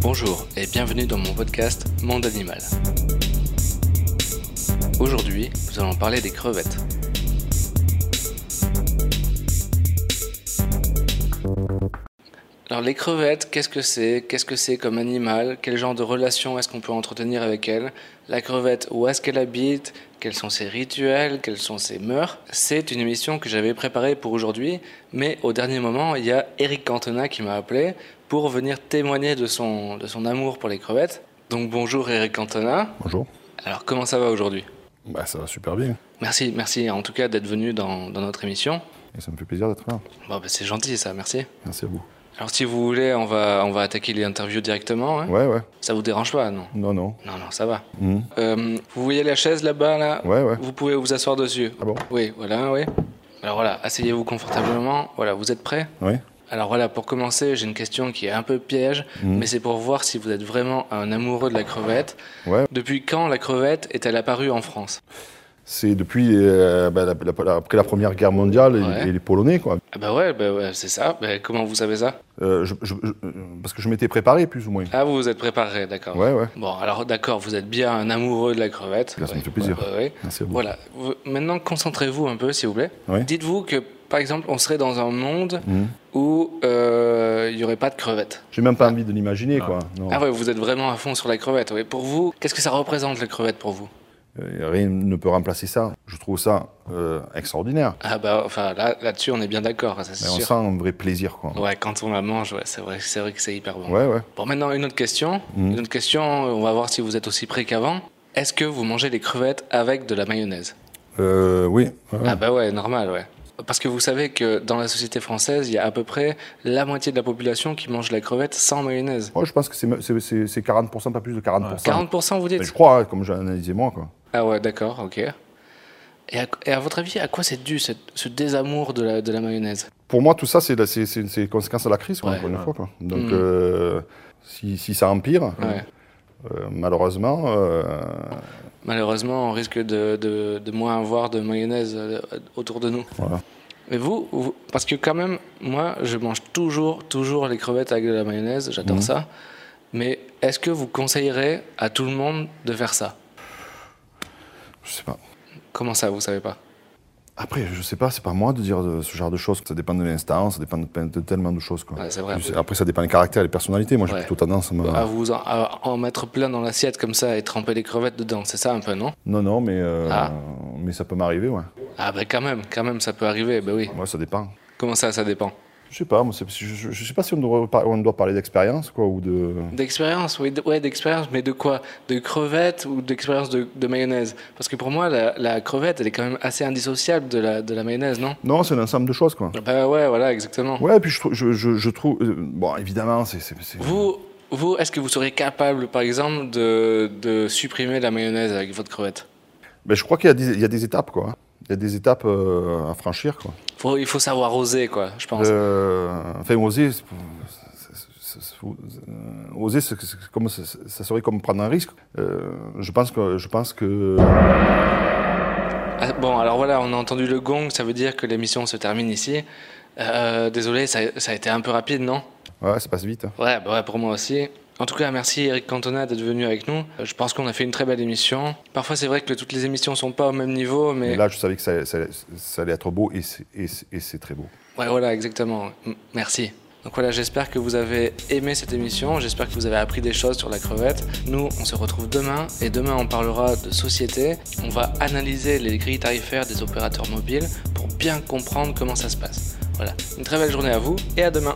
Bonjour et bienvenue dans mon podcast Monde Animal. Aujourd'hui, nous allons parler des crevettes. Alors les crevettes, qu'est-ce que c'est Qu'est-ce que c'est comme animal Quel genre de relation est-ce qu'on peut entretenir avec elle La crevette, où est-ce qu'elle habite Quels sont ses rituels Quelles sont ses mœurs C'est une émission que j'avais préparée pour aujourd'hui, mais au dernier moment, il y a Eric Cantona qui m'a appelé pour venir témoigner de son, de son amour pour les crevettes. Donc bonjour Eric Cantona. Bonjour. Alors comment ça va aujourd'hui Bah ça va super bien. Merci, merci en tout cas d'être venu dans, dans notre émission. Et ça me fait plaisir d'être là. Bon, bah, c'est gentil ça, merci. Merci à vous. Alors si vous voulez, on va, on va attaquer les interviews directement. hein Ouais ouais. Ça vous dérange pas, non Non non. Non, non, ça va. Hmm. Euh, vous voyez la chaise là-bas, là Ouais ouais. Vous pouvez vous asseoir dessus. Ah bon Oui, voilà, oui. Alors voilà, asseyez-vous confortablement. Voilà, vous êtes prêts Ouais. Alors voilà, pour commencer, j'ai une question qui est un peu piège, Mhm. mais c'est pour voir si vous êtes vraiment un amoureux de la crevette. Ouais. Depuis quand la crevette est-elle apparue en France C'est depuis euh, bah, la- la- la- après la Première Guerre mondiale et- Ouais. et, les Polonais quoi. Ah bah ouais, bah ouais, c'est ça. Bah, comment vous savez ça Euh, je- je- je- euh, parce que je m'étais préparé plus ou moins. Ah, vous vous êtes préparé, d'accord. Ouais ouais. Bon, alors d'accord, vous êtes bien un amoureux de la crevette. Là, ça me Oui, fait plaisir. ouais, ouais. Merci à vous. Voilà. Vous- Maintenant, concentrez-vous un peu, s'il vous plaît. Ouais. Dites-vous que, par exemple, on serait dans un monde Hmm. où euh, il n'y aurait pas de crevettes. J'ai même pas envie de l'imaginer quoi. Non. Ah ouais, vous êtes vraiment à fond sur la crevette. oui. Pour vous, qu'est-ce que ça représente la crevette pour vous Euh, rien ne peut remplacer ça. Je trouve ça euh, extraordinaire. Ah bah, enfin, là, là-dessus, on est bien d'accord, hein, ça c'est Et Ben, on sûr. sent un vrai plaisir quoi. Ouais, quand on la mange, ouais, c'est vrai, c'est vrai que c'est hyper bon. Ouais ouais. Bon, maintenant une autre question. Mhm. Une autre question. On va voir si vous êtes aussi prêt qu'avant. Est-ce que vous mangez des crevettes avec de la mayonnaise Euh, oui. ouais, ouais. Ah bah ouais, normal, ouais. Parce que vous savez que dans la société française, il y a à peu près la moitié de la population qui mange la crevette sans mayonnaise. Ouais, je pense que c'est me- c'est c'est- c'est 40%, pas plus de 40%. 40% vous Mais je dites crois, hein, comme j'ai analysé moi. Quoi. Ah ouais, d'accord, ok. Et à, et à votre avis, à quoi c'est dû cette- ce désamour de la, de la mayonnaise Pour moi, tout ça, c'est la- c'est- c'est- c'est les conséquences de la crise, quoi, Ouais, encore une ouais. fois. quoi. Donc, Mm. euh, si, si ça empire, Ouais. euh, malheureusement, euh, Malheureusement, on risque de, de- de moins avoir de mayonnaise euh, autour de nous. voilà. Mais vous, vous- parce que quand même, moi, je mange toujours, toujours les crevettes avec de la mayonnaise, j'adore ça. Mais est-ce que vous conseillerez à tout le monde de faire ça je sais pas. Comment ça, vous savez pas Après, je sais pas, c'est pas à moi de dire de- ce genre de choses. Ça dépend de l'instant, ça dépend de, plein- de tellement de choses. Quoi. Ouais, c'est vrai. Tu sais, Après, ça dépend des caractères, des personnalités. Moi, j'ai Ouais. Ah. plutôt tendance à me. à vous en, à en mettre plein dans l'assiette comme ça et tremper les crevettes dedans, c'est ça un peu, non Non, non, mais, euh, Ah. mais ça peut m'arriver, ouais. Ah ben quand même, quand même, ça peut arriver, ben oui. Ouais, ça dépend. Comment ça, ça dépend Je sais pas, moi, c'est- je, je- je sais pas si on, devrait par- on doit parler d'expérience, quoi, ou de. D'expérience, oui, de- ouais, d'expérience, mais de quoi De crevettes ou d'expérience de, de mayonnaise Parce que pour moi, la, la crevette, elle est quand même assez indissociable de la, de la mayonnaise, non Non, c'est un ensemble de choses, quoi. Ah Bah ouais, voilà, exactement. Ouais, puis je, trou- je, je, je trouve. euh, bon, évidemment, c'est. c'est- c'est- Vous, vous est-ce que vous serez capable, par exemple, de, de supprimer la mayonnaise avec votre crevette Ben, je crois qu'il y, a des- il y a des étapes, quoi. Il y a des étapes euh, à franchir, quoi. Faut- Il faut savoir oser, quoi, je pense. Euh, enfin, oser, c'est- c'est- c'est- c'est- euh, oser, c'est- c'est comme c'est- ça serait comme prendre un risque. Euh, je pense que, je pense que, Ah, Bon, alors voilà, on a entendu le gong, ça veut dire que l'émission se termine ici. Euh, désolé, ça, ça a été un peu rapide, non ouais, ça passe vite. hein. Ouais, bah ouais, pour moi aussi. En tout cas, merci Eric Cantona d'être venu avec nous. Euh, Je pense qu'on a fait une très belle émission. Parfois, c'est vrai que toutes les émissions sont pas au même niveau, mais. Mais là, je savais que ça, ça- ça allait être beau et c'est- et c'est et c'est très beau. Ouais, voilà, exactement. M- merci. Donc voilà, j'espère que vous avez aimé cette émission, j'espère que vous avez appris des choses sur la crevette. Nous, on se retrouve demain et demain on parlera de société. On va analyser les grilles tarifaires des opérateurs mobiles pour bien comprendre comment ça se passe. Voilà, une très belle journée à vous et à demain.